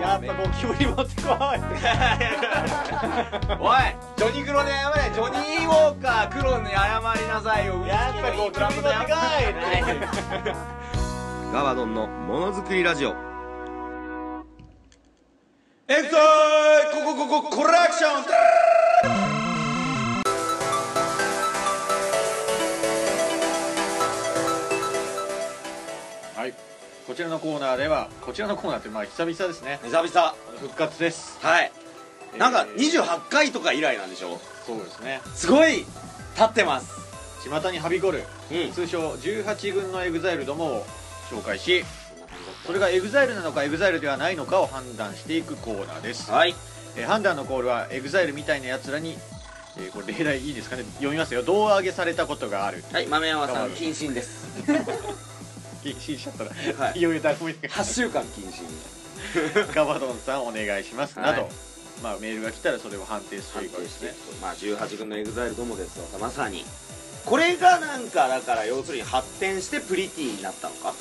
やっぱゴキブリ持ってこいおいジョニークロに謝れジョニーウォーカークロに謝りなさいよやっぱゴキブリ持ってこいってガワドンのものづくりラジオエクサイここここコレクションはいこちらのコーナーではこちらのコーナーってまあ久々ですね久々復活ですはいなんかえー28回とか以来なんでしょそうですねすごい立ってます巷にはびこる、うん通称18軍のエグザイルどもを紹介しそれがエグザイルなのかエグザイルではないのかを判断していくコーナーです、はいえー判断のコールはエグザイルみたいなやつらに、えーこれ例題いいですかね読みますよ胴上げされたことがあるはい豆山さん謹慎です禁止しちゃったら、はいい、よいよ誰もいない8週間謹慎ガバドンさんお願いします、なはどい、まあ、メールが来たらそれを判定するわけですねまあ18軍のエグザイルどもですよまさにこれがなんかだから要するに発展してプリティになったのか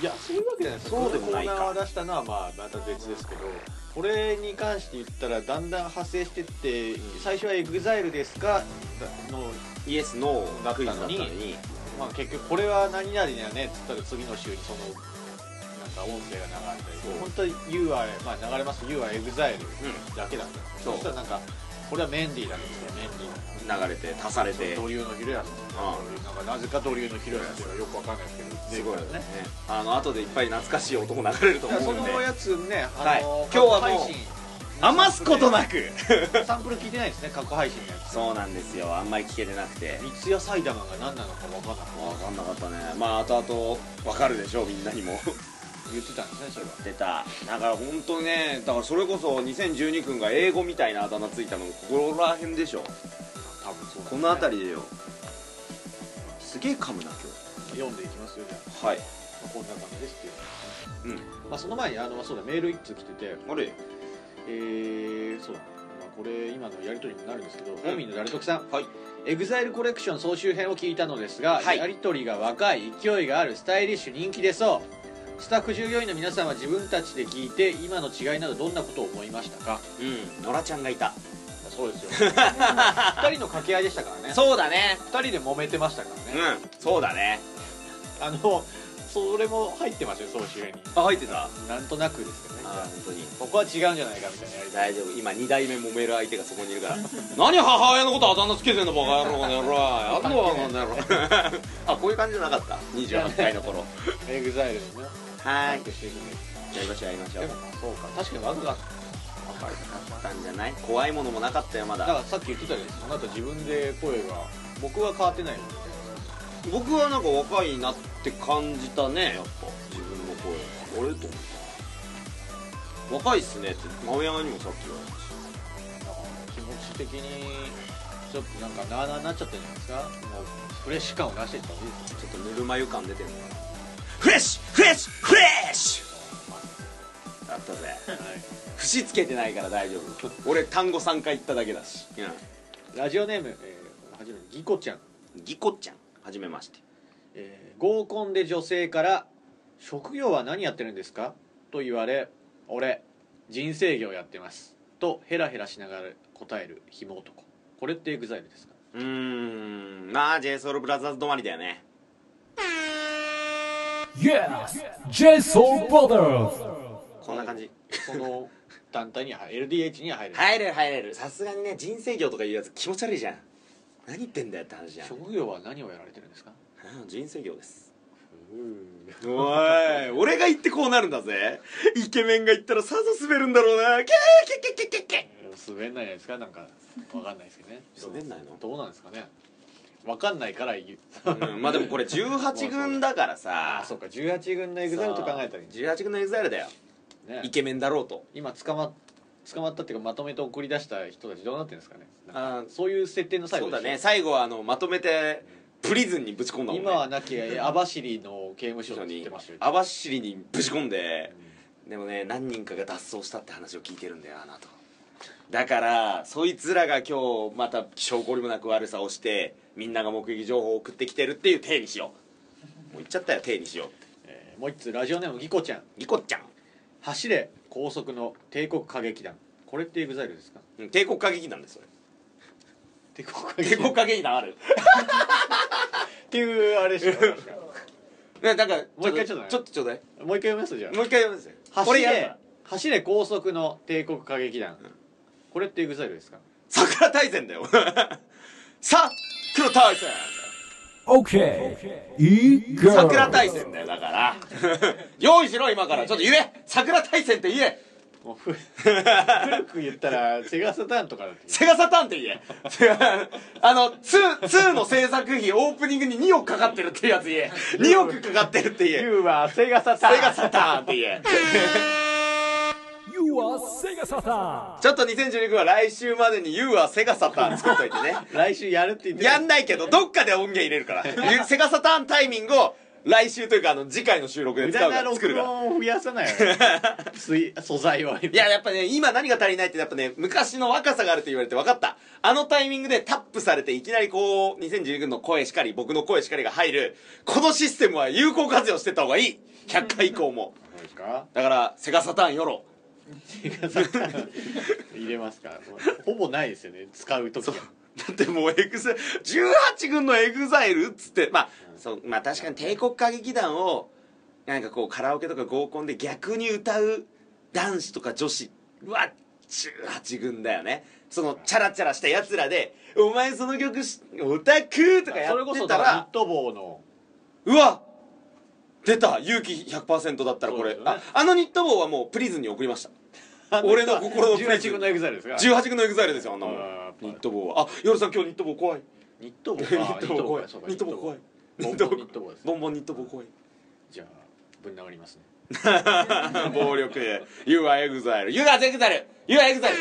いやそういうわけじゃないそうでもないかこのコーナーを出したのはまあまた別ですけどこれに関して言ったらだんだん派生してって、最初は EXILE ですかの、イエスノだーったクイズだのったにのにまあ、結局これは何々だよねっつったら次の週にそのなんか音声がそ流れたうり本当に U は、まあ、流れますけど U は EXILE だけだったんですそうそしたらなんかこれはメンディーだけですねメンディー流れて足されてドリューの昼やなんかなぜかドリューの昼やっていうのはよくわかんないですけどすごいよねねあの後でいっぱい懐かしい音も流れると思そうんでのやつね、あのはい過去配今日はも信余すことなくサンプル聞いてないですね過去配信のやつそうなんですよあんまり聞けてなくて三ツ矢埼玉が何なのか分からなく分かんなかったねまあ後々分かるでしょうみんなにも言ってたんですねそれは 出ただから本当ねだからそれこそ2012君が英語みたいなあだ名ついたのもここら辺でしょ多分そうこの辺りりでよすげえ噛むな今読んでいきますよじゃあ日はいまあこんな感じですっていううんまあその前にあのそうだメール一通来ててあれえー、そうだまあこれ今のやり取りになるんですけど本民の誰得さんはいエグザイルコレクション総集編を聞いたのですが、はいやり取りが若い勢いがあるスタイリッシュ人気でそうスタッフ従業員の皆さんは自分たちで聞いて今の違いなどどんなことを思いましたかうん野良ちゃんがいたそうですよ 二人の掛け合いでしたからねそうだね二人で揉めてましたからうね、んそうだねあのそれも入ってましたよ総集編にあ入ってたあなんとなくですけどねあ本当にここは違うんじゃないかみたいなやりたい大丈夫今2代目揉める相手がそこにいるから 何母親のことあだ名つけてんのバカ野郎この野郎やんのこの野郎あこういう感じじゃなかった28回の頃はエグザイルのねーパンクしていくんでやりましょうやりましょでうもそうか確かに若かったあったんじゃない怖いものもなかったよまだかだらさっき言ってたようにその後自分で声が僕は変わってないので僕はなんか若いなって感じたねやっぱ自分の声あれと思った若いっすねって真山にもさっき言われまし気持ち的にちょっとなんかなあなあになっちゃったじゃないですかもうフレッシュ感を出していった方がいいですたちょっとぬるま湯感出てるのかなフレッシュフレッシュフレッシュだったぜよ、節つけてないから大丈夫俺単語3回言っただけだしうラジオネーム、えー、初めにギコちゃんんぎこっちゃんはじめましてえー合コンで女性から「職業は何やってるんですか?」と言われ「俺人生業やってます」とヘラヘラしながら答えるひも男これってエグザイルですかうーんまあ j s o u l b r o t h e r s 止まりだよね Yes! J Soul Brothers! こんな感じその団体には LDH には入れる、入れる入れるさすがにね人生業とかいうやつ気持ち悪いじゃん何言ってんだよって話じゃん職業は何をやられてるんですかうん人生業ですお い俺が言ってこうなるんだぜイケメンが言ったらさぞ滑るんだろうなキャーキャーキャーキャーキャーキ滑んないじゃないですかなんかわかんないですけどねャー滑んないのどうなんですかねわかんないから言ううんまあでもこれ18軍だから あさあそうか18軍のエグザイルと考えたらいいんじ18軍の EXILE だよゃないイねケメンだろうと今捕まっ捕まったっていうかまとめて送り出した人たちどうなってるんですかねあーそういう設定の最そ後うでしだょね最後はあのまとめてプリズンにぶち込んだもんね今はなき 網走の刑務所一って緒言っにてましたよ網走にぶち込んで、でもね何人かが脱走したって話を聞いてるんだよあなただからそいつらが今日また証拠にもなく悪さをしてみんなが目撃情報を送ってきてるっていう体にしようもう言っちゃったよ体にしようってえーもう一つラジオネームぎこちゃんぎこっちゃん走れ高速の帝国歌劇団これってエグザイルですかうん帝国歌劇団 ですそれ帝国歌帝劇国団っ歌劇団あ るていうあれでし ねなんかもう一回ちょっとねちょっとちょうだいょもう一回読みますじゃあもう一回やりますよ 走俺やるかれら走れ高速の帝国歌劇団、これってエグザイルですか桜大戦だよ さ黒大戦 Okay. E-girl. 桜大戦だよだから 用意しろ今からちょっと言え桜大戦って言えもうふ 古く言ったらセガサターンとかだってセガサターンって言え あの 2, 2の制作費オープニングに2億かかってるってやつ言え2億かかってるって言え言うわセガサターンセガサターンって言え You are Sega Saturn. ちょっと2016は来週までに You はセガサターン作っといてね 来週やるって言ってたやんないけどどっかで音源入れるから ゆセガサターンタイミングを来週というかあの次回の収録で無使駄うかなら作る録から音を増やさないよね水素材をいややっぱね今何が足りないってやっぱね昔の若さがあると言われて分かったあのタイミングでタップされていきなりこう2019の声しかり僕の声しかりが入るこのシステムは有効活用してった方がいい100回以降もそうですかだからセガサターンよろセガサターン入れますかほぼないですよね使う時はだってもうエグゼ18軍のエグザイルっつってまあそうまあ確かに帝国歌劇団をなんかこうカラオケとか合コンで逆に歌う男子とか女子は18軍だよねそのチャラチャラしたやつらで「お前その曲しオタク!」とかやそれっこてそただからニらット帽のうわ出た勇気100%だったらこれ、そうですよあねあのニット帽はもうプリズンに送りました俺の心のプレ18ジ分のエグザイルですか18軍のエグザイルですよあんなもんあーやっぱニット帽はあ夜さん今日ニット帽怖いニット帽ニかット帽怖いニそうかニット帽怖いニット帽ニット帽ですボンボンニット帽怖いじゃあぶん殴りますね 暴力 You are exile You are exile You are exile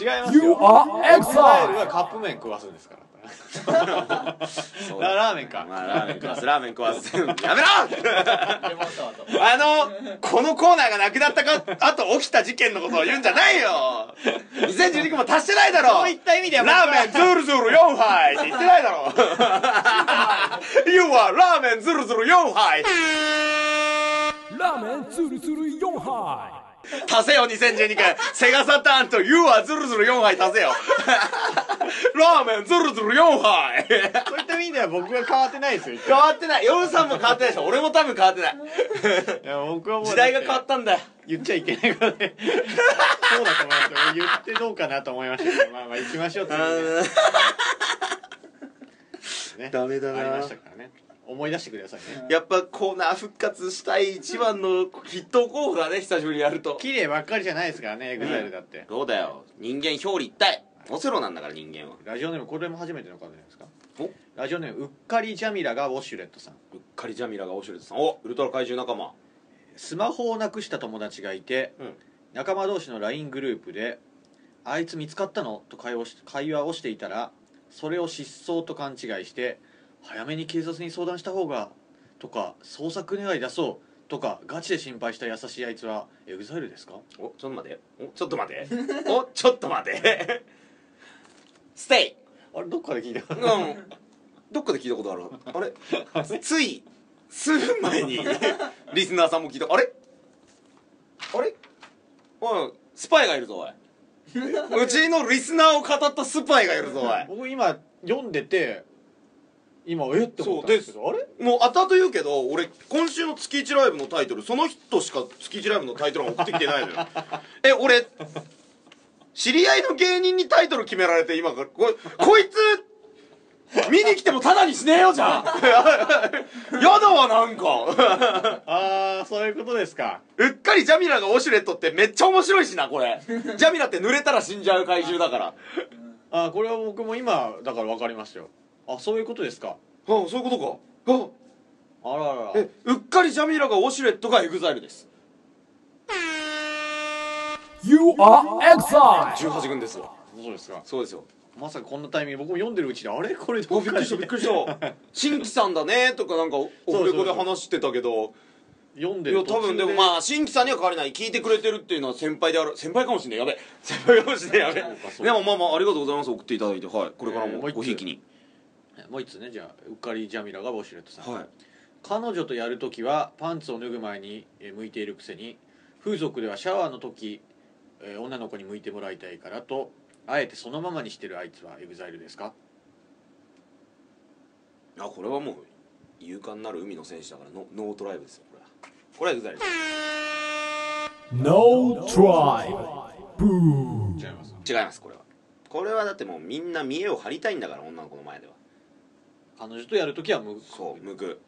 違いますよ You are エグザイルは exiled. カップ麺食わすんですからそうあラーメンかまあラーメン食わすラーメン食わすや めろあのこのコーナーがなくなったかあと起きた事件のことを言うんじゃないよ2012個も足してないだろそういった意味では僕はラーメンズルズル4杯って言ってないだ ろ You are ラーメンズルズル4杯 Ramen Zuru Yon High. 足せよ2012回セガサターンと You はズルズル4杯足 せよラーメンズルズル4杯そういった意味では僕は変わってないですよ変わってないヨルさんも変わってないでしょ俺も多分変わってないいや僕はもう時代が変わったんだよ言っちゃいけないからねそうだと思いますよ言ってどうかなと思いましたけどまあまあ行きましょうっていうねねダメだなありましたからね思い出してくださいねやっぱコーナー復活したい一番の筆頭候補だね久しぶりにやると綺麗ばっかりじゃないですからねエグザイルだって、そうだよ人間表裏一体オセロなんだから人間はラジオネームこれも初めての方じゃないですかおラジオネームうっかりジャミラがウォシュレットさんうっかりジャミラがオシュレットさんおウルトラ怪獣仲間スマホをなくした友達がいて、うん仲間同士の LINE グループで「あいつ見つかったの?」と会話をし会話をしていたらそれを失踪と勘違いして「早めに警察に相談した方が」とか「捜索願い出そう」とかガチで心配した優しいあいつはエグザイルですかおちょっと待ておちょっと 待ておちょっと待 てステイあれどっかで聞いたうんどっかで聞いたことあるあれつい数分前にリスナーさんも聞いたあれあれおいスパイがいるぞおいうちのリスナーを語ったスパイがいるぞおい僕今読んでて今えって思ったんですけどあれもう後々言うけど俺今週の月1ライブのタイトルその人しか月1ライブのタイトルは送ってきてないの よえ俺知り合いの芸人にタイトル決められて今からここいつ見に来てもタダにしねえよじゃん やだわなんかああそういうことですかうっかりジャミラがオシュレットってめっちゃ面白いしなこれジャミラって濡れたら死んじゃう怪獣だからああーこれは僕も今だから分かりましたよあそういうことですかそういうことかああらあらあらえうっかりジャミラがオシュレットがエグザイルです You are exiled. 18軍ですわそうですかそうですよまさかこんなタイミング僕も読んでるうちであれこれどあうびっくりしたびっくりした新規さんだねとかなんかオフレコで話してたけど読んいでやる多分でもまあ新規さんには変わりない聞いてくれてるっていうのは先輩である先輩かもしれないやべ 先輩かもしれないやべでもまあまあありがとうございます送っていただいてはいこれからえーももう一つごひいきにあもう一つねじゃあうっかりジャミラがウォシュレットさん、はい彼女とやるときはパンツを脱ぐ前にえー向いているくせに風俗ではシャワーの時、えー女の子に向いてもらいたいからとあえてそのままにしてるあいつはエグザイルですかあこれはもう勇敢なる海の戦士だからノノートライブですよこれはこれはエグザイル No tribe. Boo. 違います違いますこれはこれはだってもうみんな見栄を張りたいんだから女の子の前では彼女とやる時は向くそう向く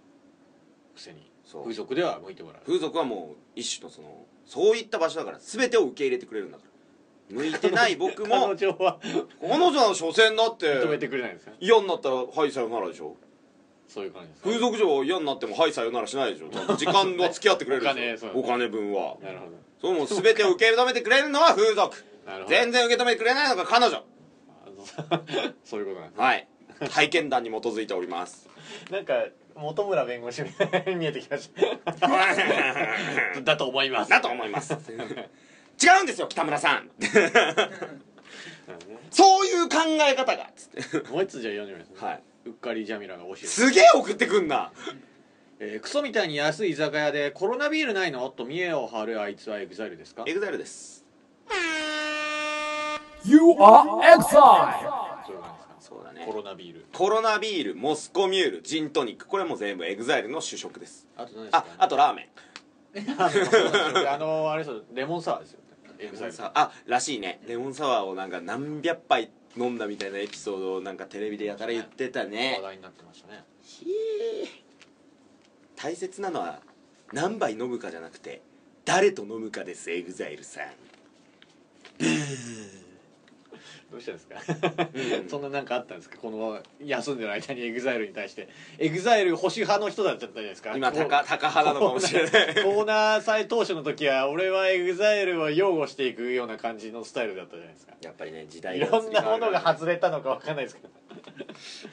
くせにそう風俗では向いてもらう風俗はもう一種のそのそういった場所だから全てを受け入れてくれるんだから向いてない僕彼 も女は彼女なの所詮だっ認めててくれないんですか嫌になったら「はいさよなら」でしょそういう感じですか風俗嬢は嫌になっても「はいさよなら」しないでしょちゃんと時間は付き合ってくれるでしょお金そうお金分はなるほどそうもう全てを受け止めてくれるのは風俗 なるほど全然受け止めてくれないのが彼女あの そういうことなんではい体験談に基づいており ますすなんか本村弁護士みたいに見えてきましただと思いますだと思います違うんですよ北村さん そういう考え方がつってもう一つじゃあ読んでみますね、はい、うっかりジャミラが教えてすげえ送ってくんなえークソみたいに安い居酒屋でコロナビールないのと見栄を張るあいつはエグザイルですかエグザイルです You are exiled. そうなんですかそうだねコロナビールコロナビールモスコミュールジントニックこれも全部エグザイルの主食ですあと何ですかああとラーメンあそうなん ですよあのあれそうレモンサワーですよねエグザイルさあらしいねレモンサワーをなんか何百杯飲んだみたいなエピソードをなんかテレビでやたら言ってたね話題になってましたね大切なのは何杯飲むかじゃなくて誰と飲むかですエグザイルさんどうしたんですかそんななんかあったんですかこの休んでる間にエグザイルに対してエグザイル保守派の人だったじゃないですか今高高派なのかもしれないコーナー最当初の時は俺はエグザイルを擁護していくような感じのスタイルだったじゃないですか やっぱりね時い代がろんなものが移外れたのかわかんないですけどり変わ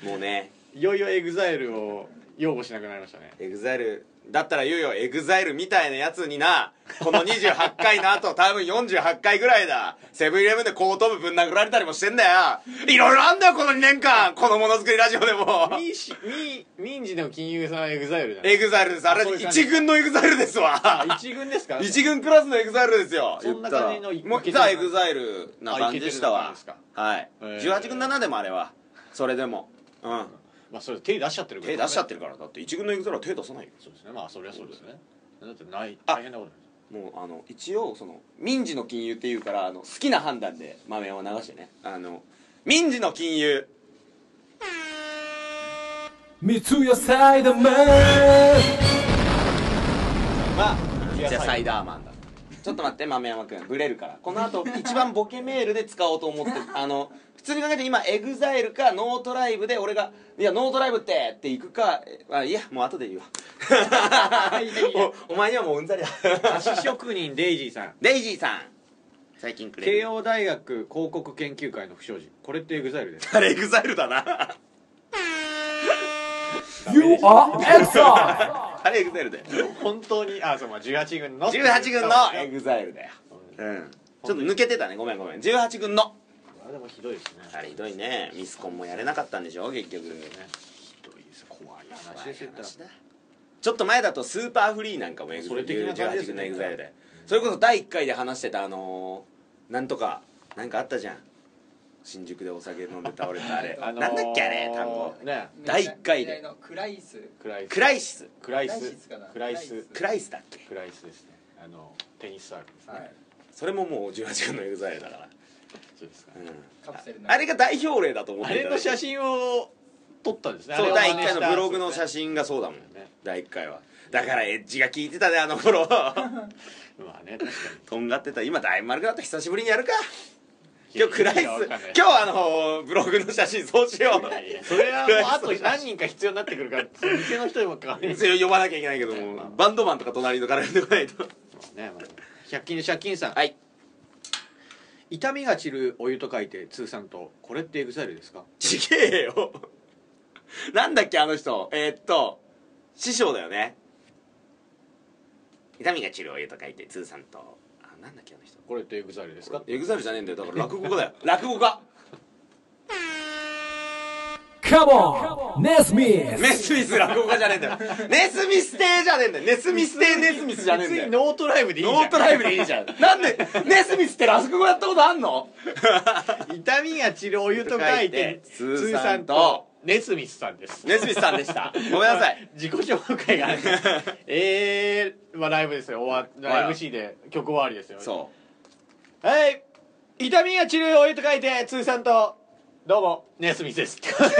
るもうねいよいよエグザイルを擁護しなくなりましたねエグザイルだったら言うよエグザイルみたいなやつになこの28回の後多分48回ぐらいだセブンイレブンで後頭部ぶん殴られたりもしてんだよいろいろあんだよこの2年間このものづくりラジオでもミーシミー民事の金融さんはエグザイルじゃないエグザイルですあれそういう感じ一軍のエグザイルですわ あ一軍ですか一軍クラスのエグザイルですよそんな感じの言ったらもいうけてるザエグザイルな感じでしたあわいけてる感じですはい、へー18軍だなでもあれはそれでもうんまあそれ手出しちゃってるから手出しちゃってるからだって一軍のエグザイルは手出さないよそうですねまあそりゃそうですねだってないあ大変なことですもうあの一応その民事の金融っていうからあの好きな判断で豆を流してねあの民事の金融 Me to your side, man. まあじゃあサイダーマンだちょっと待って豆山君ブレるからこの後一番ボケメールで使おうと 思ってあの普通に考えて今エグザイルかノートライブで俺が「いやノートライブって!」って行くかえあいやもう後で言うわ おお前にはもううんざりだ足職人デイジー さんデイジーさん最近くれ慶る応大学広告研究会の不祥事これってエグザイルですかあれエグザイルだ な You are exiled. あれエグザイルだよ本当にあそうまあ18軍の18軍のエグザイルだようんちょっと抜けてたねごめんごめん18軍のあれでもひどいですねあれひどいねミスコンもやれなかったんでしょ結局ひどいです怖い話ですよちょっと前だとスーパーフリーなんかもエグそれ的な感じで18すね軍のエグザイルでそれこそ第1回で話してたあのーなんとかなんかあったじゃん新宿でお酒飲んで倒れ たあれあのーなんだっけあれ単語ね第一回で未来のクライスクライスクライシスクライクライススかなクライスクライスだっけクライスですねあのテニスサークルですね、はいそれももう18軍のエグザイルだからそうですか、うんカプセルのあれが代表例だと思っあていれただのいて写真を撮ったんですねそう第1回のブログの真写真がそうだもんね第1回はだからエッジが効いてたねあの 頃まあね確かとんがってた今だいぶ丸くなった久しぶりにやるかに今日クライスいやいやわかんない今日あのブログの写真そうしよいやいやうそれはもうクあラとイス何人か必要になってくるから店の人にも変わりますそれ呼ばなきゃいけないけどもバンドマンとか隣のから呼んでこないとね、まあ、100均の借金さん、はい痛みが散るお湯と書いて通算とこれってエグザイルですかちげえよなんだっけあの人えーっと師匠だよね痛みが治療を言うと書いて通算とあなんだっけあの人これってエグザイルですか エグザイルじゃねえんだよだから落語家だよ落語家カモンネスミ スネスミス落語家じゃねえんだよ ネスミス亭じゃねえんだよネスミス亭ネスミスじゃねえんだ別よにノートライブでいいじゃんノートライブでいいじゃん なんでネスミスって落語やったことあんの 痛みが治療湯と書いてと書いて通さんとネスミスさんで すネスミスさんでしたごめんなさい自己紹介があるえー、まあライブですよ終わライブ C で曲終わりです よそはい痛みが治療湯と書いて通さんとどうもネスミス ですってこうとネで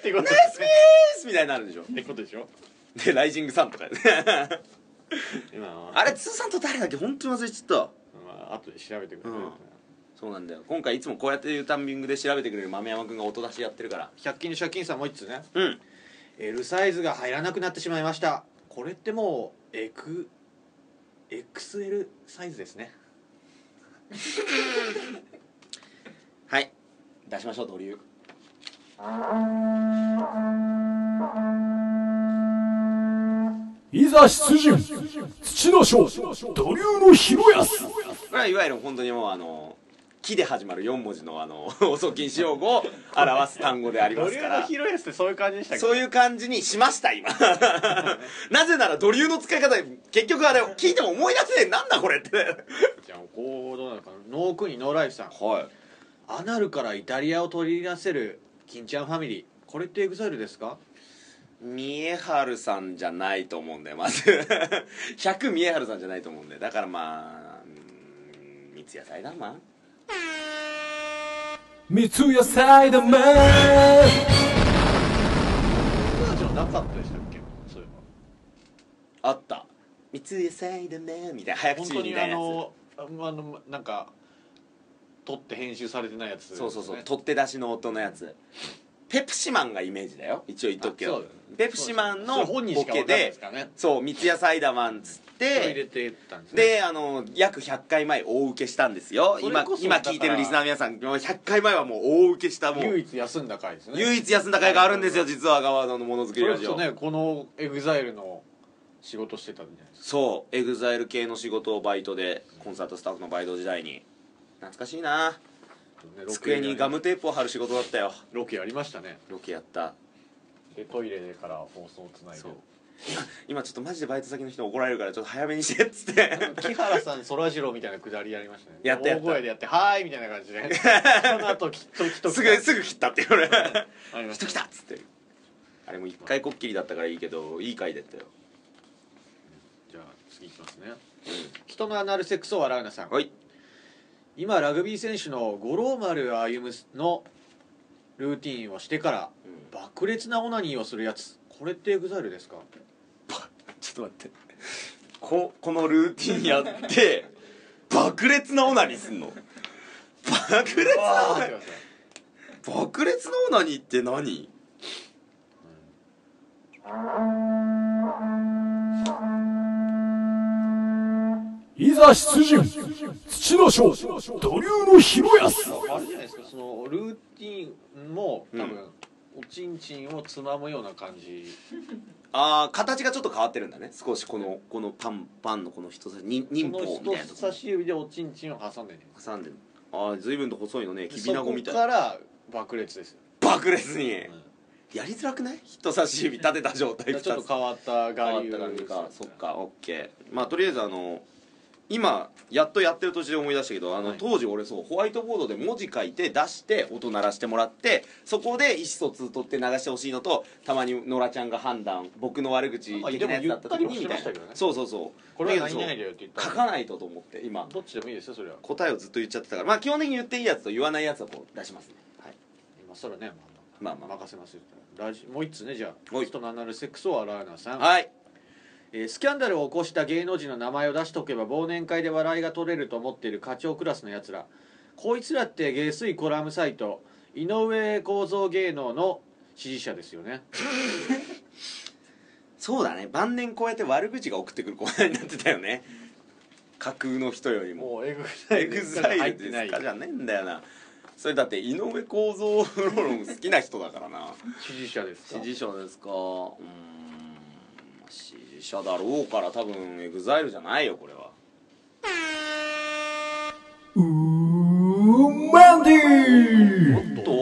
スすミねスみたいになるでしょってことでしょでライジングさんとか今は あれ通さんと誰だっけ本当に忘れちゃったまあ後で調べてください、うんそうなんだよ今回いつもこうやっていうタンビングで調べてくれる豆山君が音出しやってるから100均の借金さんもう一つねうん L サイズが入らなくなってしまいましたこれってもうエク XL サイズですねはい出しましょうドリューいざ出陣土の章土竜の広安これはいわゆる本当にもうあの木で始まる4文字のあの 遅禁止用語を表す単語でありドまリすュかーのら広いやつってそういう感じでしたけどそういう感じにしました 今なぜならドリューの使い方結局あれ聞いても思い出せねえなんだこれってじゃあこうどうなのかなノークにノーライフさんはいアナルからイタリアを取り出せる金ちゃんファミリーこれってエグザイルですか三重春さんじゃないと思うんでまず100三重春さんじゃないと思うんでだからまあうーん三ツ矢サイダーマン三ツ矢サイダーマン僕たちのなかったでしたっけそういえあった三ツ矢サイダーマンみたいな早ば本口当みにたあいなやつのああのなんか撮って編集されてないやつ、そうそうそう、取っ手出しの音のやつペプシマンがイメージだよ一応言っとくけあそどうペプシマンのそれ本人ボしかわケかんないでですからねそう三ツ矢サイダーマンつっ入れててったんですねであの約100回前大受けしたんですよそれ今こそ今だから聞いてるリスナーの皆さんもう100回前はもう大受けしたもう唯一休んだ回ですね唯一休んだ回があるんですよ実は阿川のものづくそりれラこジオそねこのエグザイルの仕事してたんじゃないですかそうエグザイル系の仕事をバイトでコンサートスタッフのバイト時代に懐かしいなねロケ机にガムテープを貼る仕事だったよロケやりましたねロケやったでトイレから放送をつないでそう今ちょっとマジでバイト先の人怒られるからちょっと早めにしてっつって木原さんそらジローみたいなくだりやりましたねやったやった大声でやって「はーい」みたいな感じ でその後きっときっとすぐすぐ切ったって言われありまし人た来たっつってあれも一回こっきりだったからいいけどいい回だったよじゃあ次いきますね人のアナルセックスを笑うなさんはい今ラグビー選手の五郎丸歩のルーティンをしてから爆裂なオナニーをするやつこれってエグザイルですかちょっと待ってここのルーティンやって爆裂なオナニーすんの爆裂なオナニー爆裂なオナニーって何いざ出陣土の章土竜の広安あれじゃないですかそのルーティンも多分、おちんちんをつまむような感じああ形がちょっと変わってるんだね少しこのこのパンパンのこの人差しにそ忍法のみたいな人とこ差し指でおちんちんを挟んでね挟んでるああ随分と細いのねきびそなごこみたいから爆裂ですよ爆裂に、んやりづらくない人差し指立てた状態ちょっと変わった変わ我っ流た感じかですそよっかオッケーまあとりあえずあの今やっとやってる途中で思い出したけどあの、はい当時俺そうホワイトボードで文字書いて出して音鳴らしてもらってそこで意思疎通取って流してほしいのとたまに野良ちゃんが判断僕の悪口まあ的なやつだった時にみたいでも言ったりなもしてましたけどねそうそうそうこれだはけどそう何々だよって言った書のかないとと思って今どっちでもいいですよそれは答えをずっと言っちゃってたからまあ基本的に言っていいやつと言わないやつはこう出しますねはい今更ねまあまあま任せますよラジもう一つねじゃあはい人のアナルセックスを笑うなさあん、はいえースキャンダルを起こした芸能人の名前を出しておけば忘年会で笑いが取れると思っている課長クラスのやつらこいつらって下水コラムサイト井上構造芸能の支持者ですよねそうだね晩年こうやって悪口が送ってくるコーナーになってたよね架空の人よりももうエグザエグザイ入っルてでないすかじゃねえんだよなそれだって井上公造ロロン好きな人だからな支持者ですか支持者ですかうーん支持者だろうから多分エグザイルじゃないよこれはうーマンディおっと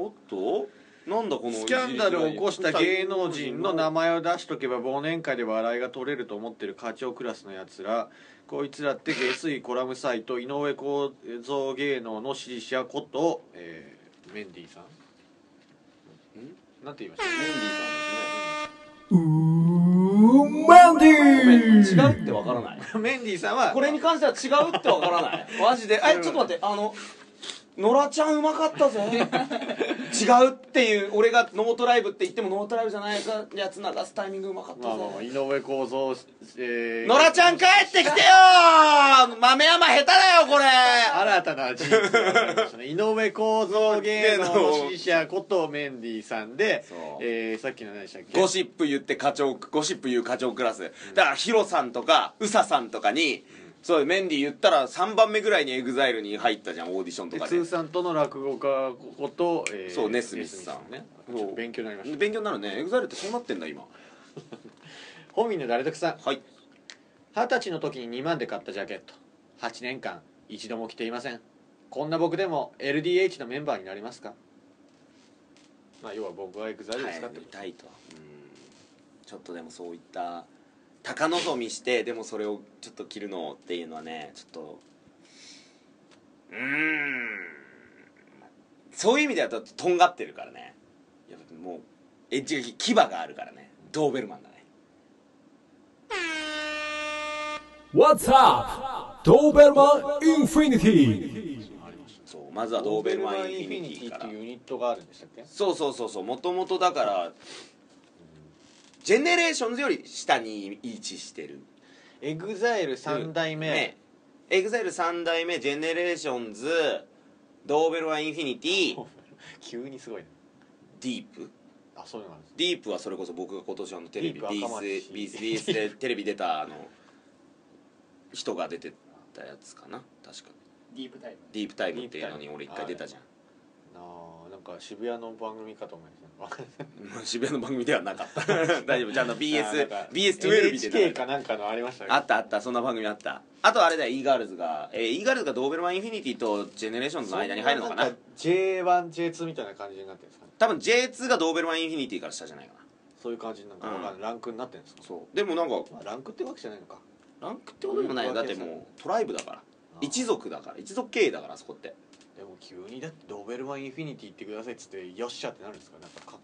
おっとななんだこのスキャンダルを起こした芸能人の名前前を出しとけば忘年会で笑いが取れると思ってる課長クラスのやつらこいつらって下水コラムサイト井上公造芸能の支持者こと、えーメンディーさんなんて言いましたメンディーさんですねうーマンデごめん違ィうってわからないメンディーさんは これに関しては違うってわから ないマジでえちょっと待ってあの野良ちゃんうまかった ぜ違うっていう俺がノートライブって言ってもノートライブじゃないやつ流すタイミングうまかったまあまあまあぜ井上公造、えー野良ちゃん帰ってきてよー豆山下手だよこれ新たな事実が分かりましたね井上公造芸能の支持者ことメンディーさんでそう、えーさっきの何でしたっけゴシップ言って課長ゴシップ言う課長クラスだからヒロさんとかウサさんとかにそうメンディー言ったら3番目ぐらいにエグザイルに入ったじゃんオーディションとでかで通さんとの落語家こと、えーそうネスミスさんネスそうミスさんねちょっと勉強になりました勉強になるねエグザイルってそうなってんだ今本人の誰得さんはい二十歳の時に2万で買ったジャケット8年間一度も着ていませんこんな僕でも LDH のメンバーになりますかまあ要は僕はエグザイルを使ってみたいとちょっとでもそういった高望みしてでもそれをちょっと着るのっていうのはねちょっとうーんそういう意味ではととんがってるからねやっぱもうエッジが牙があるからねドーベルマンだねオ What's up? ドーベルマンインフィニティそうまずはドーベルマンインフィニティかってらいうユニットがあるんでしたっけそうそうそうそうもともとだからジェネレーションズより下に位置してるエグザイル3代目、ねエグザイル3代目ジェネレーションズドーベルはインフィニティ急にすごいねディープあそういうのがあるんですディープはそれこそ僕が今年あのテレビディープ赤 BS, 松 BS でテレビ出たあの人が出てたやつかな確かディープタイムディープタイムっていうのに俺一回出たじゃんなあなんか渋谷の番組かと思いま したうん渋谷の番組ではなかった 大丈夫じゃああのあなんか BSBS12 見て NHK かなんかのありましたねあったあったそんな番組あったあとあれだよ e ガールズが、えー、e ガールズがドーベルマンインフィニティとジェネレーションズの間に入るのかなそんん J1J2 みたいな感じになってるんですかね多分 J2 がドーベルマンインフィニティから下じゃないかなそういう感じになんかわかんない、ランクになってるんですかそうでもなんかまあランクってわけじゃないのかランクってことでもないよだってもうトライブだから一族だから一族経営だからそこってでも急にだってドーベルマンインフィニティってくださいっつってよっしゃってなるんですかなんかか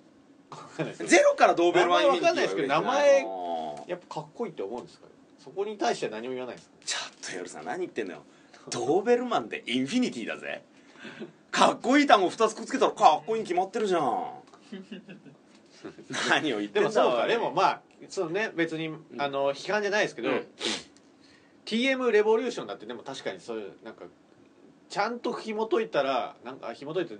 わ かんないですけゼどロからドーベルマンインフィニティ名前わかんないですけど名前やっぱかっこいいって思うんですかそこに対しては何も言わないんですかちょっと夜さん何言ってんのよドーベルマンでインフィニティだぜかっこいい単語2つくっつけたらかっこいいに決まってるじゃ ん何を言ってでんだもそうおかいでもまあそのね別にあの批判じゃないですけど、うん TM レボリューションだってでも確かにそういうなんかちゃんと紐解いたらなんか紐解いて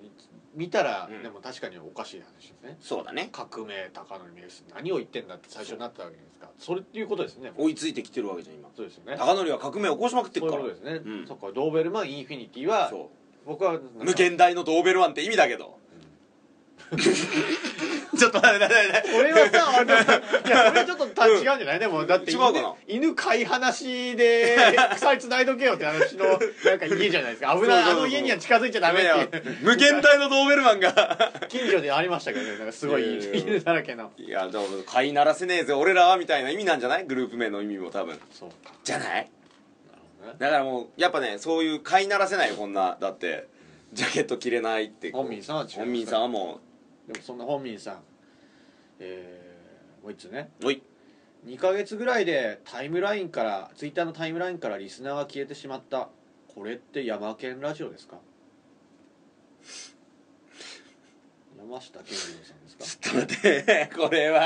見たら、うんでも確かにおかしい話ですねそうだね革命高野美ス何を言ってんだって最初になったわけですからそれっていうことですね追いついてきてるわけじゃん今そうですよね高典は革命を起こしまくってそうるいうかこらとですね、うんそっかドーベルマンインフィニティはそ僕はなんかう無限大のドーベルマンって意味だけどちょっと待って待って待って俺はさ、あの、いや、それちょっとた違うんじゃないでも、だって違う犬かな、犬飼い 話で、鎖繋いどけよって話の、なんか家じゃないですか。危ない、そうそうそうあの家には近づいちゃダメっていう、無限大のドーベルマンが近所でありましたけどね、なんかすごいやいいやいや犬だらけの。いやでも飼いならせねえぜ俺らはみたいな意味なんじゃないグループ名の意味も多分そうか。じゃないなるほどね。だからもうやっぱねそういう飼いならせないよこんなだってジャケット着れないって本民さんは違う本民さんはもでもそんな本民さん、えー、もう一つね、うおい2ヶ月ぐらいでタイムラインから、ツイッターのタイムラインからリスナーが消えてしまった。これって山県ラジオですか山下健二郎さんですかちょっと待って これは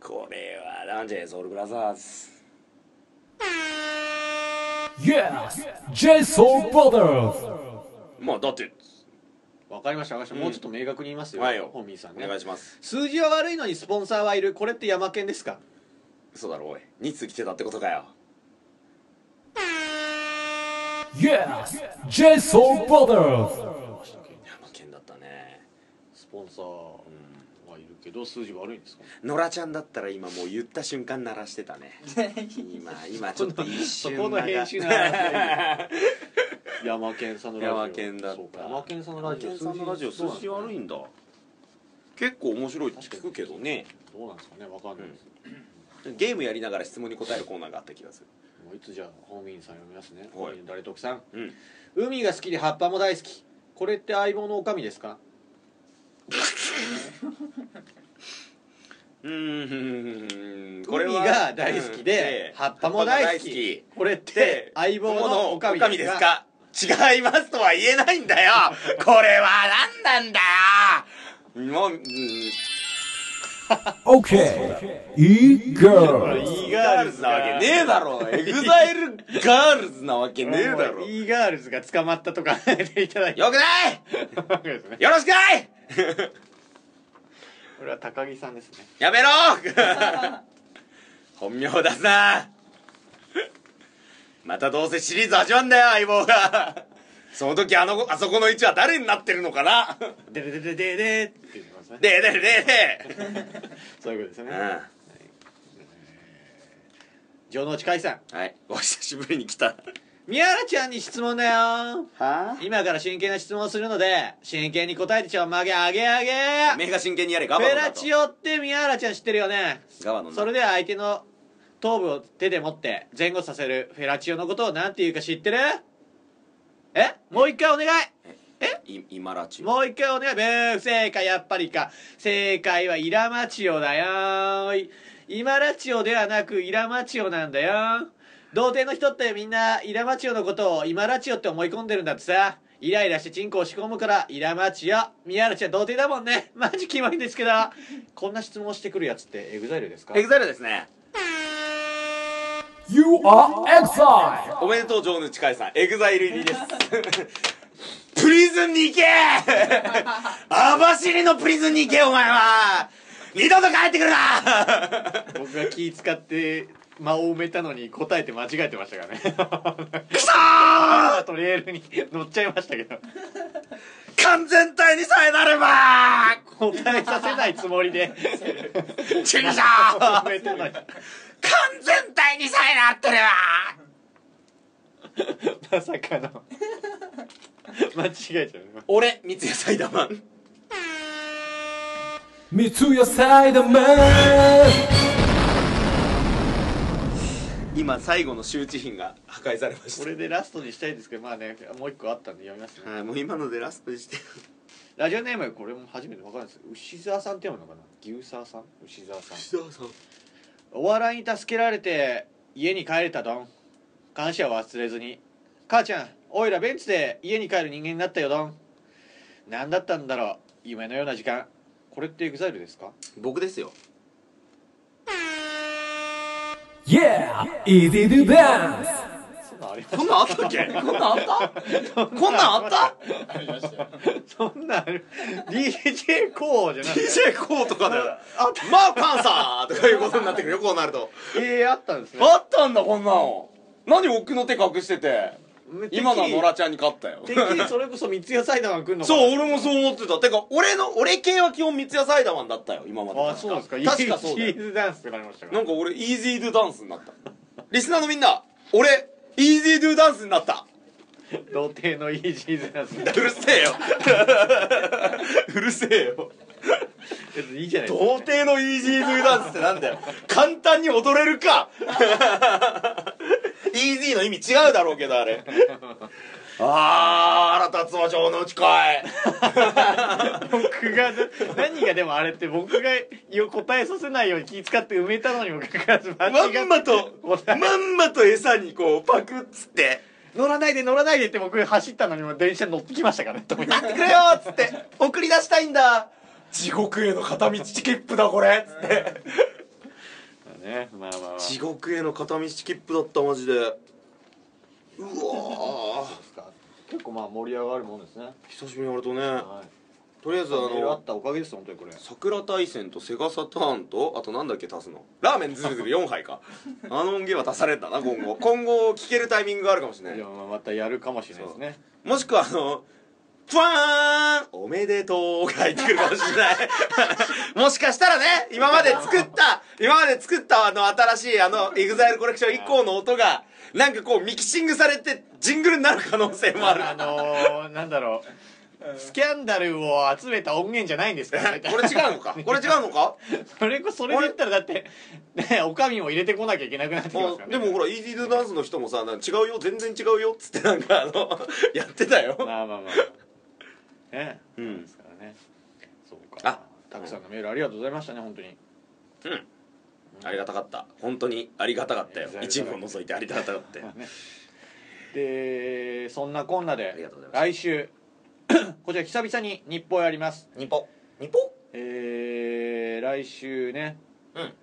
これはなんじゃソウルブラザーズ Yes! j s o u l Brothers! まあだってわかりましたわかりました、もうちょっと明確に言いますよ、はいよホミーさんおね願いします数字は悪いのにスポンサーはいるこれって山県ですか嘘だろおい2通来てたってことかよ Yes! j s o u l Brothers! 山県だったねスポンサーはいるけど数字悪いんですか野良ちゃんだったら今もう言った瞬間鳴らしてたね今今ちょっと一そ瞬この編集のな話ヤマケンさんのラジオヤマケンだったそうかヤマケンさんのラジオさんのラジオ数字悪いいんだ結構面白いって聞くけどねどうなんですかねわかんないです、ゲームやりながら質問に答えるコーナーがあった気がするもういつじゃあホーミンさん読みますね、はいホーミン誰得さん、うん海が好きで葉っぱも大好きこれって相棒のおかみですかうーんこ海れはが大好きで、うん葉っぱも大好きこれっでて相棒のおかみですかですか違いますとは言えないんだよこれは何なんだよもう、うん、 Okay. e イ E-girl. ーガールズなわけねえだろエグザイルガールズなわけねえだろよ e ガールズが捕まったとか でいただいてくないわけですねよろしくないこれは高木さんですねやめろ本名を出すなまたどうせシリーズ始まんだよ相棒がその時あのあそこの位置は誰になってるのかなででででででって言ってますねででででそういうことですうねんは城之内海さんいお久しぶりに来た宮原ちゃんに質問だよは今から真剣な質問をするので真剣に答えてちょんまげあげあげ目が真剣にやれガフバのェだラとチオって宮原ちゃん知ってるよねガバのそれで相手の頭部を手で持って前後させるフェラチオのことを何て言うか知ってるえもう一回お願いい今ラチオもう一回お願いブー不正解やっぱりか正解はイラマチオだよーい今ラチオではなくイラマチオなんだよー童貞の人ってみんなイラマチオのことを今ラチオって思い込んでるんだってさイライラしてチンコを仕込むからイラマチオ宮ラちゃん童貞だもんね マジキモいんですけどこんな質問してくるやつってエグザイルですかエグザイルですね You are exiled. おめでとう城之内海さんエグザイル入りですプリズンに行け網走のプリズンに行けお前は二度と帰ってくるな僕が気使って間を埋めたのに答えて間違えてましたからね くそートレールに乗っちゃいましたけど完全体にさえなれば答えさせないつもり で注射完埋めたのに全体にさえなってればまさかの間違えちゃうね俺三ツ矢サイダーマン Me to your side, man. 今最後の周知品が破壊されましこれでラストにしたいですけどまあねもう一個あったんで読みますたねはいもう今のでラストにしてラジオネームこれも初めて分かるんないです牛沢さんって読むのかな牛沢さん牛沢さんお笑いに助けられて家に帰れたどん感謝は忘れずに母ちゃんおいらベンツで家に帰る人間になったよどん何だったんだろう夢のような時間これってエグザイルですか僕ですよ Yeah, easy to dance. そんなんありまこんなんあったっけこんなんあったこんなんあった そんなんある DJ コーじゃない DJ コーとかだよマーパンサーとかいうことになってくるよこうなるとええあったんですねあったんだこんなの何奥の手隠してて今のは野良っちゃんに勝ったよてっきりそれこそ三ツ矢サイダーが来るのかなそう俺もそう思ってたてか俺の俺系は基本三ツ矢サイダーマンだったよ今まであそうですか確かそうだチよーズダンスってなりましたからなんか俺イージードゥダンスになったリスナーのみんな俺イージードゥダンスになった童貞のイージーズダンスうるせえよ うるせえよ別にいいじゃないですか童貞のイージードゥダンスってなんだよ簡単に踊れるか イージーの意味違うだろうけどあれあー腹立つわ城之内 海僕が何がでもあれって僕が答えさせないように気遣って埋めたのにもかかわらず間違っまんまてと答えまんまと餌にこうパクっつって乗らないで乗らないでって僕走ったのにも電車に乗ってきましたからね待ってくれよっつって送り出したいんだ地獄への片道チケップだこれっつってねまあまあまあ地獄への片道切符だったマジでうわー結構まあ盛り上がるもんですね久しぶりにやるとねはいとりあえずあメールあのったおかげです本当にこれ桜大戦とセガサターンとあとなんだっけ足すのラーメンズルズル4杯かあの音源は足されんだな今後今後聞けるタイミングがあるかもしれないいやまあまたやるかもしれないですねもしくはあのファーンおめでとうが入ってくるかもしれない。 もしかしたらね、今まで作った、今まで作ったあの新しいあの EXILE コレクション以降の音が、なんかこうミキシングされてジングルになる可能性もある。あのー、なんだろうスキャンダルを集めた音源じゃないんですかこれ違う のかこれ違うのかそれこそれで言ったらだってねおかみも入れてこなきゃいけなくなってきますからねでもほら、イージードゥダンスの人もさ、なんか違うよ、全然違うよ、つってなんかあの、 やってたよ。まあまあま あねうんですからねそうかあたくさんのメールありがとうございましたね本当にありがたかった。本当にありがたかったよいや。一部を除いてありがたかったよ。でそんなこんなありがでとうございます来週 こちら久々に日報やりますニポ。ニポえー、来週ね、うん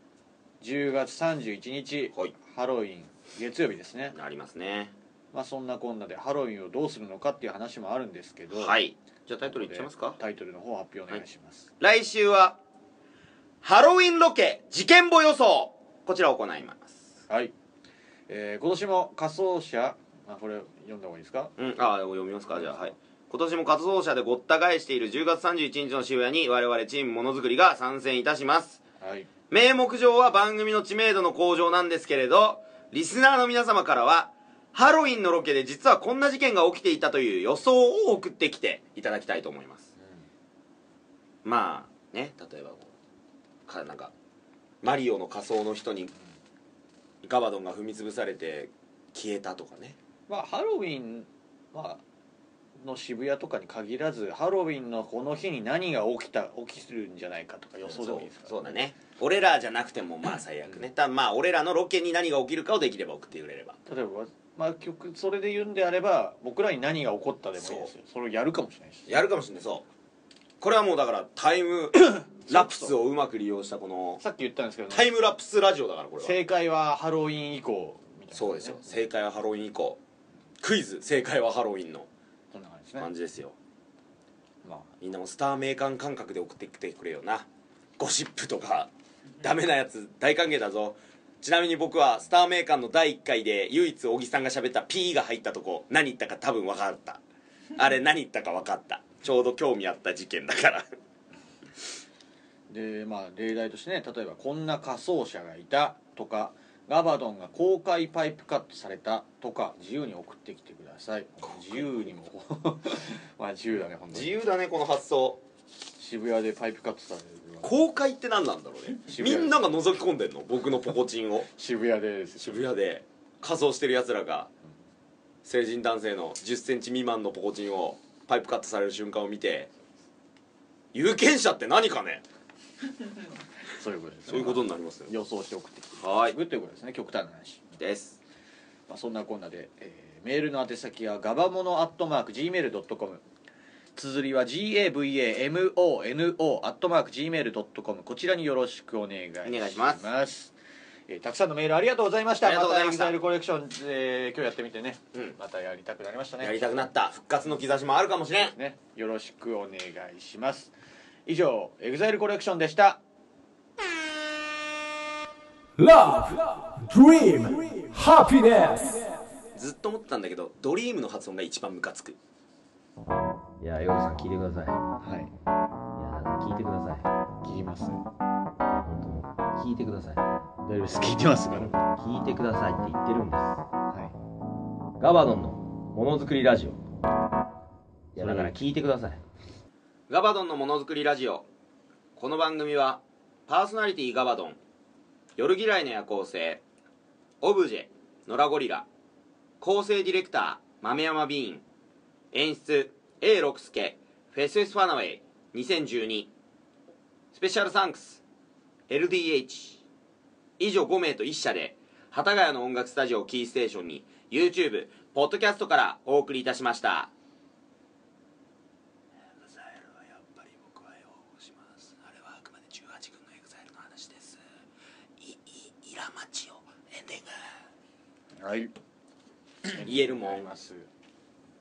10月31日、はいハロウィン月曜日ですね、ありますね。まあ、そんなこんなでハロウィンをどうするのかっていう話もあるんですけどはい。じゃあタイトルいっちゃいますかタイトルの方発表お願いします、来週は、ハロウィンロケ事件簿予想こちらを行います。はい、えー今年も仮装者、まあ、これ読んだ方がいいですかうん、ああ、読みますか、じゃあ、はい。今年も活動者でごった返している10月31日の渋谷に我々チームものづくりが参戦いたします。はい名目上は番組の知名度の向上なんですけれど、リスナーの皆様からは、ハロウィンのロケで実はこんな事件が起きていたという予想を送ってきていただきたいと思います。まあ、ね、例えばこう、か、なんか、マリオの仮装の人に、ガバドンが踏み潰されて消えたとかね。まあハロウィン、まあの渋谷とかに限らずハロウィンのこの日に何が起きた起きるんじゃないかとか予想でもいいですからそうそうだね。俺らじゃなくてもまあ最悪ね。ただまあ俺らのロケに何が起きるかをできれば送ってくれれば。例えば、まあ、曲それで言うんであれば僕らに何が起こったでもいいですよそれをやるかもしれないしやるかもしれないそうこれはもうだからタイ ムラプスをうまく利用したこのさっき言ったんですけど、タイムラプスラジオだからこれは正解はハロウィン以降みたいな、そうですよ正解はハロウィン以降クイズ正解はハロウィンのこんな感じですね、感じですよまあ、みんなもスター名鑑感覚で送ってきてくれよなゴシップとかダメなやつ大歓迎だぞちなみに僕はスター名鑑の第1回で唯一小木さんが喋った「P」が入ったとこ何言ったか多分分かったあれ何言ったか分かったちょうど興味あった事件だからでまあ例題としてね例えばこんな仮装者がいたとかガバドンが公開パイプカットされたとか自由に送ってきてください自由にも まあ自由だね本当自に由だねこの発想渋谷でパイプカットされるわ公開って何なんだろうね渋み谷んなが覗き込んでんの僕のポコチンを渋谷でですよ渋谷で仮装してる奴らが成人男性の1 0ンチ未満のポコチンをパイプカットされる瞬間を見て有権者って何かねそういうことですねそういうことになりますよ予想して送ってきてはいくということですね極端な話ですまあ、そんなこんなで、えーメールの宛先はガバモノアットマーク Gmail.com 綴りは GAVAMONO アットマーク Gmail.com こちらによろしくお願いしますお願いしまえーたくさんのメールありがとうございましたありがとうございましたた EXILE コレクション、えー今日やってみてね、うんまたやりたくなりましたねやりたくなった復活の兆しもあるかもしれんねよろしくお願いします以上 EXILE コレクションでしたラブ、ドリーム、ハピネスずっと思ってたんだけどドリームの発音が一番ムカつくいや、ヨルさん聞いてください。いや、はいなんか聞いてください。切ります本当に聞いてください。大丈夫です聞いてますから聞いてくださいって言ってるんです。はいガバドンのものづくりラジオ。いや、だから聞いてください。ガバドンのものづくりラジオこの番組はパーソナリティガバドン夜嫌いの夜行性オブジェ野良ゴリラ構成ディレクター豆山ビーン演出 A 六輔フェスエスファナウェイ2012スペシャルサンクス LDH 以上5名と1社で幡ヶ谷の音楽スタジオをキーステーションに YouTube ポッドキャストからお送りいたしましたエグザイルはやっぱり僕は擁護しますあれはあくまで18軍のエグザイルの話ですいいイラマチオエンディングはい言えるもんあります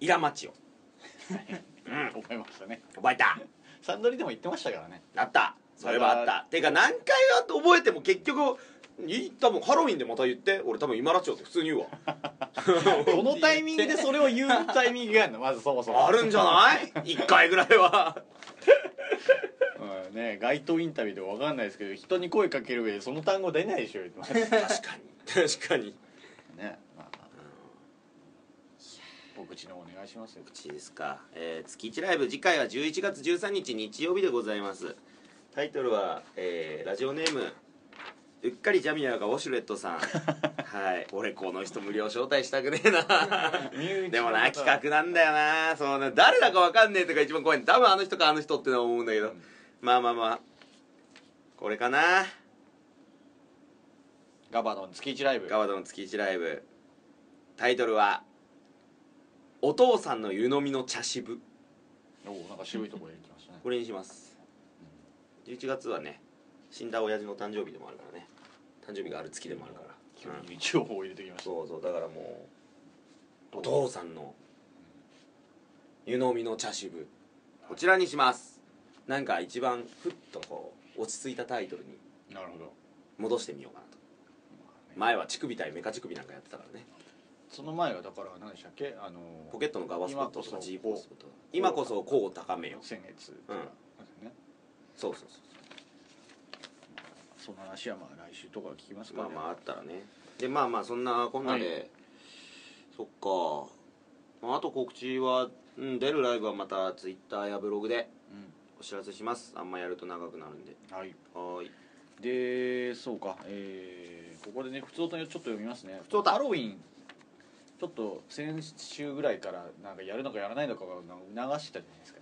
イラマチオ覚えましたね覚えたサンドリでも言ってましたからねなったそれはあったてか何回は覚えても結局い多分ハロウィンでまた言って俺多分イマラチオって普通に言うわどのタイミングでそれを言うタイミングがあるのまずそもそもあるんじゃない一回ぐらいはうんね街頭インタビューでわかんないですけど人に声かける上でその単語出ないでしょ言ってますね、確かに確かにまあ、お口のお願いしますよ告知ですか、えー月1ライブ次回は11月13日日曜日でございますタイトルは、えーラジオネームうっかりジャミアがウォシュレット さんはい俺この人無料招待したくねえ なでもな企画なんだよなそうね誰だかわかんねえとか一番怖い多分あの人かあの人ってのは思うんだけど、まあまあまあこれかなガバドン月1ライブガバドン月1ライブタイトルは「お父さんの湯飲みの茶渋」おおなんか渋いところに行きましたねこれにします11月はね死んだ親父の誕生日でもあるからね誕生日がある月でもあるから、うん急に情報を入れてきましたそうそうだからもうお父さんの湯飲みの茶渋こちらにしますなんか一番ふっとこう落ち着いたタイトルになるほど戻してみようかなと前は乳首対メカ乳首なんかやってたからねその前はだから何でしたっけあのーポケットのガバスポットとか今こそ G ポスポット今こそこう高めよう先月とか、うんねそうそうそうその話はまあ来週とか聞きますまかあらねまああったらねでまあまあそんなこんなで、はそっか、まあ、あと告知は、うん、出るライブはまたツイッターやブログでお知らせしますあんまやると長くなるんでうん、はいはーいでそうかえーここでね普通歌ちょっと読みますね通歌ハロウィンちょっと先週ぐらいからなんかやるのかやらないのかがなんか流してたじゃないですか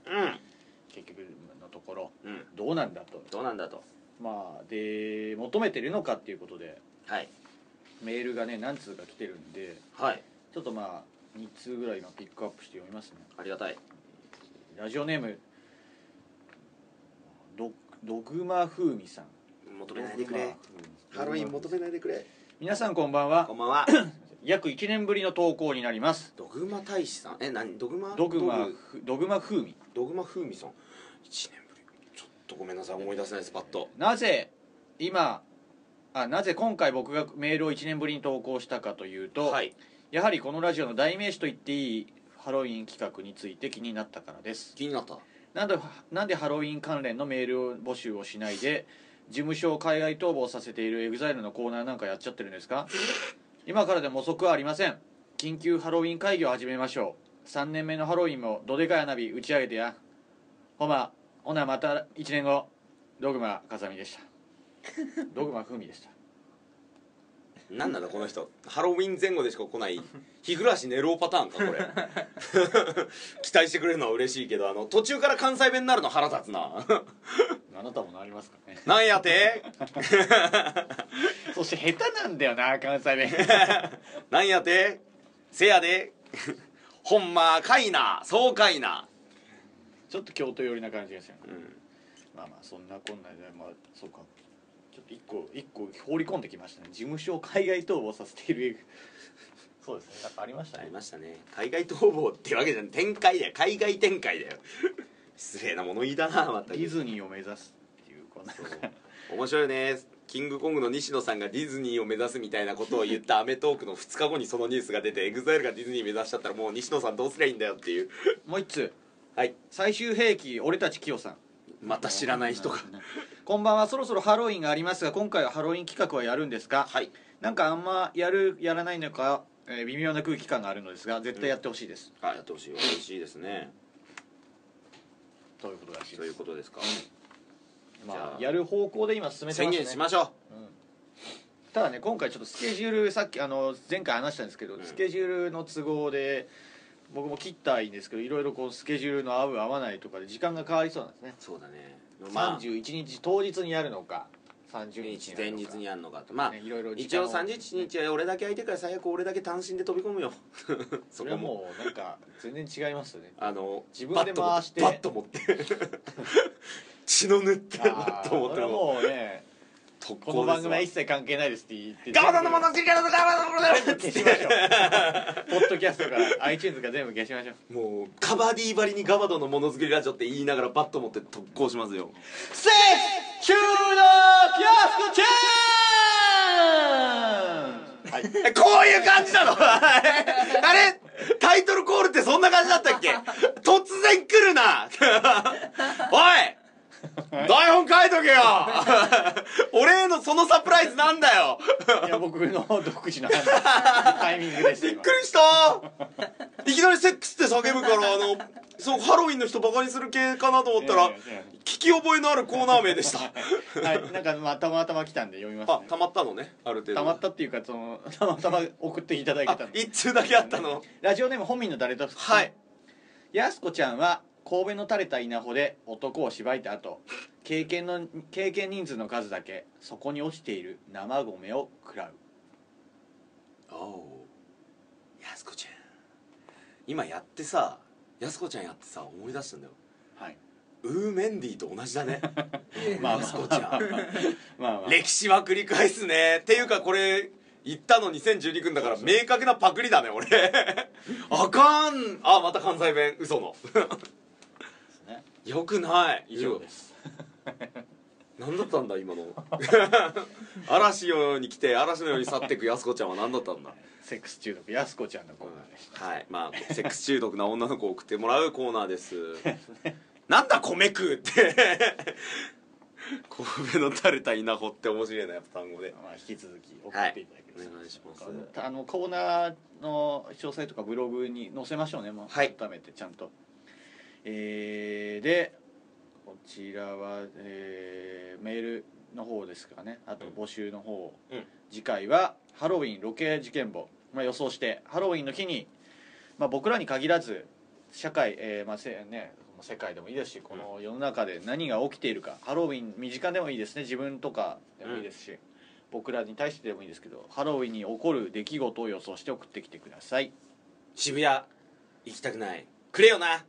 結局のところうんうんどうなんだとどうなんだとまあで求めてるのかっていうことではいメールがね何通か来てるんではいちょっとまあ2通ぐらい今ピックアップして読みますねありがたいラジオネームドドグマ風味さん求めないでくれハロウィン求めないでくれ皆さんこんばんはこんばん は約1年ぶりの投稿になりますドグマ大使さんえ何ドグマドグマドグふドグマ風味ドグマ風味さん1年ぶりちょっとごめんなさい思い出せないですパッとなぜ今あなぜ今回僕がメールを1年ぶりに投稿したかというと、はいやはりこのラジオの代名詞と言っていいハロウィン企画について気になったからです気になったなんでなんでハロウィン関連のメールを募集をしないで事務所を海外逃亡させているエグザイルのコーナーなんかやっちゃってるんですか今からでも遅くはありません緊急ハロウィン会議を始めましょう3年目のハロウィンもどでかい花火打ち上げてやほまほなまた1年後ドグマ風見でしたドグマ風味でしたなんなんだこの人ハロウィン前後でしか来ない日暮らし寝ろうパターンかこれ 期待してくれるのは嬉しいけどあの途中から関西弁になるの腹立つな あなたもなりますかね なんやてそして下手なんだよな関西弁 なんやてせやで ほんまかいなそうかいなちょっと京都寄りな感じですよねうんまあまあそんなこんなでまあそうかちょっと一個一個放り込んできましたね事務所を海外逃亡させているそうですねなんかありましあたりねましたね海外逃亡ってわけじゃん展開だよ海外展開だよ失礼な物言いだなまったデくィズニーを目指すっていうこんな面白いねキングコングの西野さんがディズニーを目指すみたいなことを言った『アメトーーク』の2日後にそのニュースが出てエグザイルがディズニー目指しちゃったらもう西野さんどうすりゃいいんだよっていうもう一通はい最終兵器俺たちキヨさんまた知らない人がこんばんはそろそろハロウィンがありますが今回はハロウィン企画はやるんですかはいなんかあんまやるやらないのか、えー微妙な空気感があるのですが絶対やってほしいです、あやってほしい嬉しいですねということらしいそでういすうことですかじゃまああやる方向で今進めて宣ますね言しましょただね今回ちょっとスケジュールさっきあの前回話したんですけど、んスケジュールの都合で僕も切ったらいいんですけどいろいろこうスケジュールの合う合わないとかで時間が変わりそうなんですねう、そうだねまあ31日当日にやるのか30日日にや前るの日かにやるのかとまあ、ねいろいろ時一間を応31日は俺だけ空いてるから最悪俺だけ単身で飛び込むよ そそれこはももうなんか全然違いますよ ねあの自分で回してバット持ってバット持って血の塗ってバット持っあてーそれはもうね特この番組はい一切関係ないですって言ってガバドンのもの知り方とガバドンのもの知り消しましょ うポッドキャストから iTunes から全部消しましょう方もうカバディ張りにガバドンのものづくりラジオって言いながらバット持って特攻しますよセーフ中のキャスコチャンこういう感じなの あれタイトルコールってそんな感じだったっけ突然来るな おい台本書いとけよ 俺へのそのサプライズなんだよ いや僕の独自の判断タイミングですびっ今くりしたいきなりセックスって叫ぶからあのそうハロウィンの人バカにする系かなと思ったらいやいやいや聞き覚えのあるコーナー名でした はいなんかまあたまたま来たんで読みますあねたまったのねある程度たまったっていうかそのたまたま送っていただいてあたんで一通だけあったのラジオネーム本民の誰とはいやすこちゃんは神戸の垂れた稲穂で男をしばいた後経験の経験人数の数だけそこに落ちている生米を食らうおおやすこちゃん今やってさやすこちゃんやってさ思い出したんだよはいウーメンディーと同じだね まあやすこちゃんまあまあ歴史は繰り返すねっていうかこれ言ったの2012君だから明確なパクリだね俺あかんあまた関西弁嘘のねよくない以以上上です何だったんだ今の嵐のように来て嵐のように去ってくやすこちゃんは何だったんだセックス中毒やすこちゃんのコーナーですはいまあセックス中毒な女の子を送ってもらうコーナーですなんだ米食うって神戸の垂れた稲穂って面白いなやっぱ単語でまあ、引き続き送っていただけまはす、いお願いしますあのコーナーの詳細とかブログに載せましょうねもうはい改めてちゃんと、えーでこちらは、えーメールの方ですかねあと募集の方、うん次回はハロウィンロケ事件簿、まあ、予想してハロウィンの日に、まあ、僕らに限らず社会、えーまあせね、世界でもいいですしこの世の中で何が起きているか、ハロウィン身近でもいいですね自分とかでもいいですし、僕らに対してでもいいですけどハロウィンに起こる出来事を予想して送ってきてください渋谷行きたくないくれよな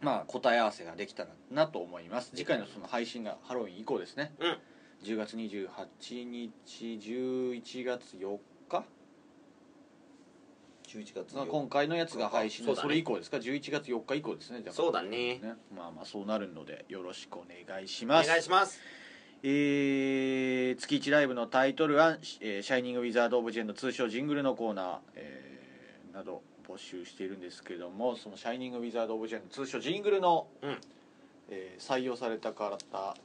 まあ答え合わせができたらなと思います次回のその配信がハロウィン以降ですね、うん10月28日11月4日11月まあ今回のやつが配信のそうだそねれ以降ですか11月4日以降ですねじゃあそうだねねまあまあそうなるのでよろしくお願いしおます願いしますえー月1ライブのタイトル案「えーシャイニング・ウィザード・オブ・ジェン」の通称ジングルのコーナー、えーなど募集しているんですけどもその「シャイニング・ウィザード・オブ・ジェン」の通称ジングルの、うんえー採用された方、は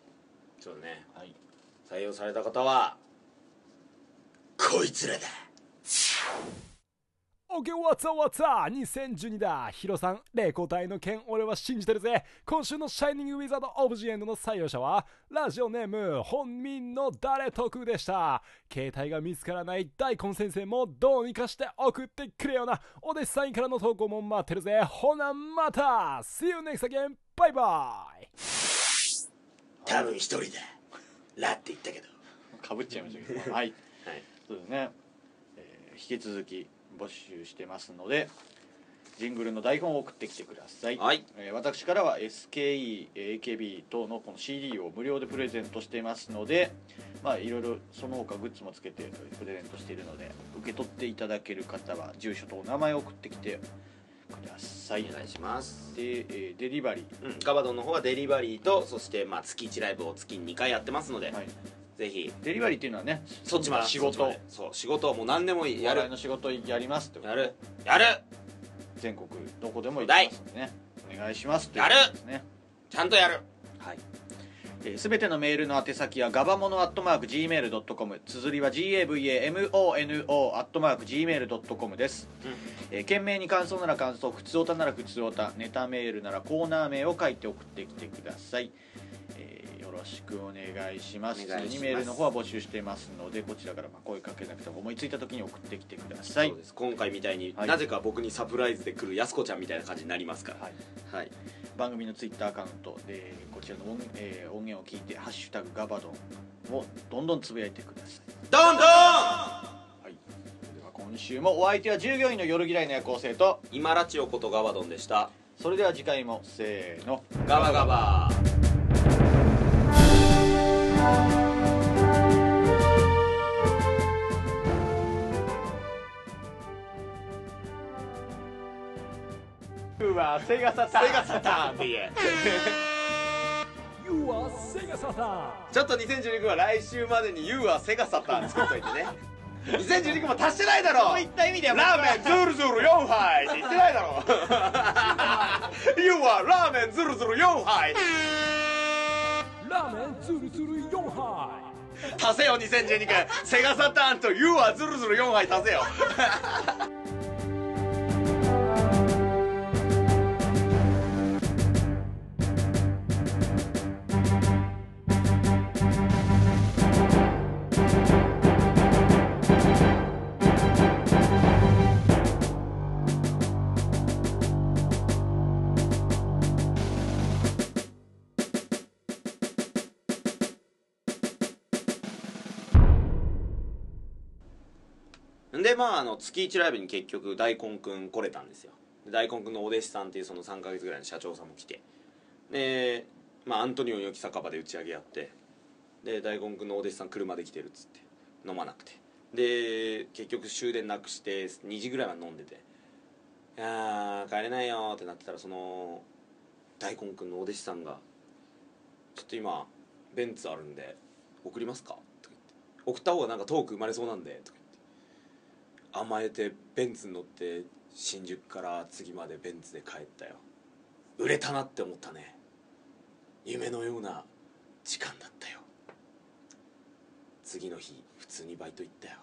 そうだねい、採用された方はこいつらだオケワッツァワッツァ2012だヒロさんレコ大の件俺は信じてるぜ今週の「シャイニング・ウィザード・オブ・ジ・エンド」の採用者はラジオネーム本民の誰得でした携帯が見つからない大根先生もどうにかして送ってくれよなお弟子さんからの投稿も待ってるぜほなまた See you next again バイバイ多分一人だラって言ったけどかぶっちゃいましたけどはい、はいそうですね、えー引き続き募集してますのでジングルの台本を送ってきてください、はいえー私からは SKE、AKB 等のこの CD を無料でプレゼントしていますのでまあいろいろその他グッズもつけてプレゼントしているので受け取っていただける方は住所とお名前を送ってきてくださいお願いしますで、えーデリバリうん、ガバドンの方はデリバリーとそしてまあ月1ライブを月2回やってますので、ー、はい、ぜひデリバリーっていうのはねそっちまで仕そっ事ちまでそう仕事はもう何でもいいややるるの仕事やりますってことやるやる全国どこでも行きますんでねお願いしますやるということですねちゃんとやるはいえーすべ、てのメールの宛先はガバモノアットマーク Gmail.com 綴りは GAVAMONO アットマーク Gmail.com です、うんえー件名に感想なら感想普通おたなら普通おたネタメールならコーナー名を書いて送ってきてください、えーよろしくお願いしますお願いします普通にメールの方は募集していますのでこちらからまあ声かけなくても思いついた時に送ってきてくださいそうです今回みたいに、はいなぜか僕にサプライズで来るやすこちゃんみたいな感じになりますからはいはい番組のツイッターアカウントでこちらの音,、えー音源を聞いて「ハッシュタグガバドン」をどんどんつぶやいてください、どんどんはい、それでは今週もお相手は従業員の夜嫌いの夜行性と今ラチオことガバドンでしたそれでは次回もせーのガバガバうわセガサタセガサターンって言え You are Sega Saturn! ちょっと2016は来週までに You はセガサターン作っといてね2012個も達してないだろそういった意味ではラーメンズルズル4杯って言って ないだろ You are ラーメンズルズル4杯ラーメンズルズル4杯足せよ2012くんセガサターンと You are ズルズル4杯足せよでまああの月1ライブに結局大根くん来れたんですよで大根くんのお弟子さんっていうその3ヶ月ぐらいの社長さんも来てでまあアントニオ猪木酒場で打ち上げやってで大根くんのお弟子さん車で来てるっつって飲まなくてで結局終電なくして2時ぐらいまで飲んでて「いやー帰れないよ」ってなってたらその大根くんのお弟子さんが「ちょっと今ベンツあるんで送りますか?」とか言って「送った方がなんかトーク生まれそうなんで」とか言って甘えてベンツに乗って新宿から次までベンツで帰ったよ売れたなって思ったね夢のような時間だったよ次の日普通にバイト行ったよ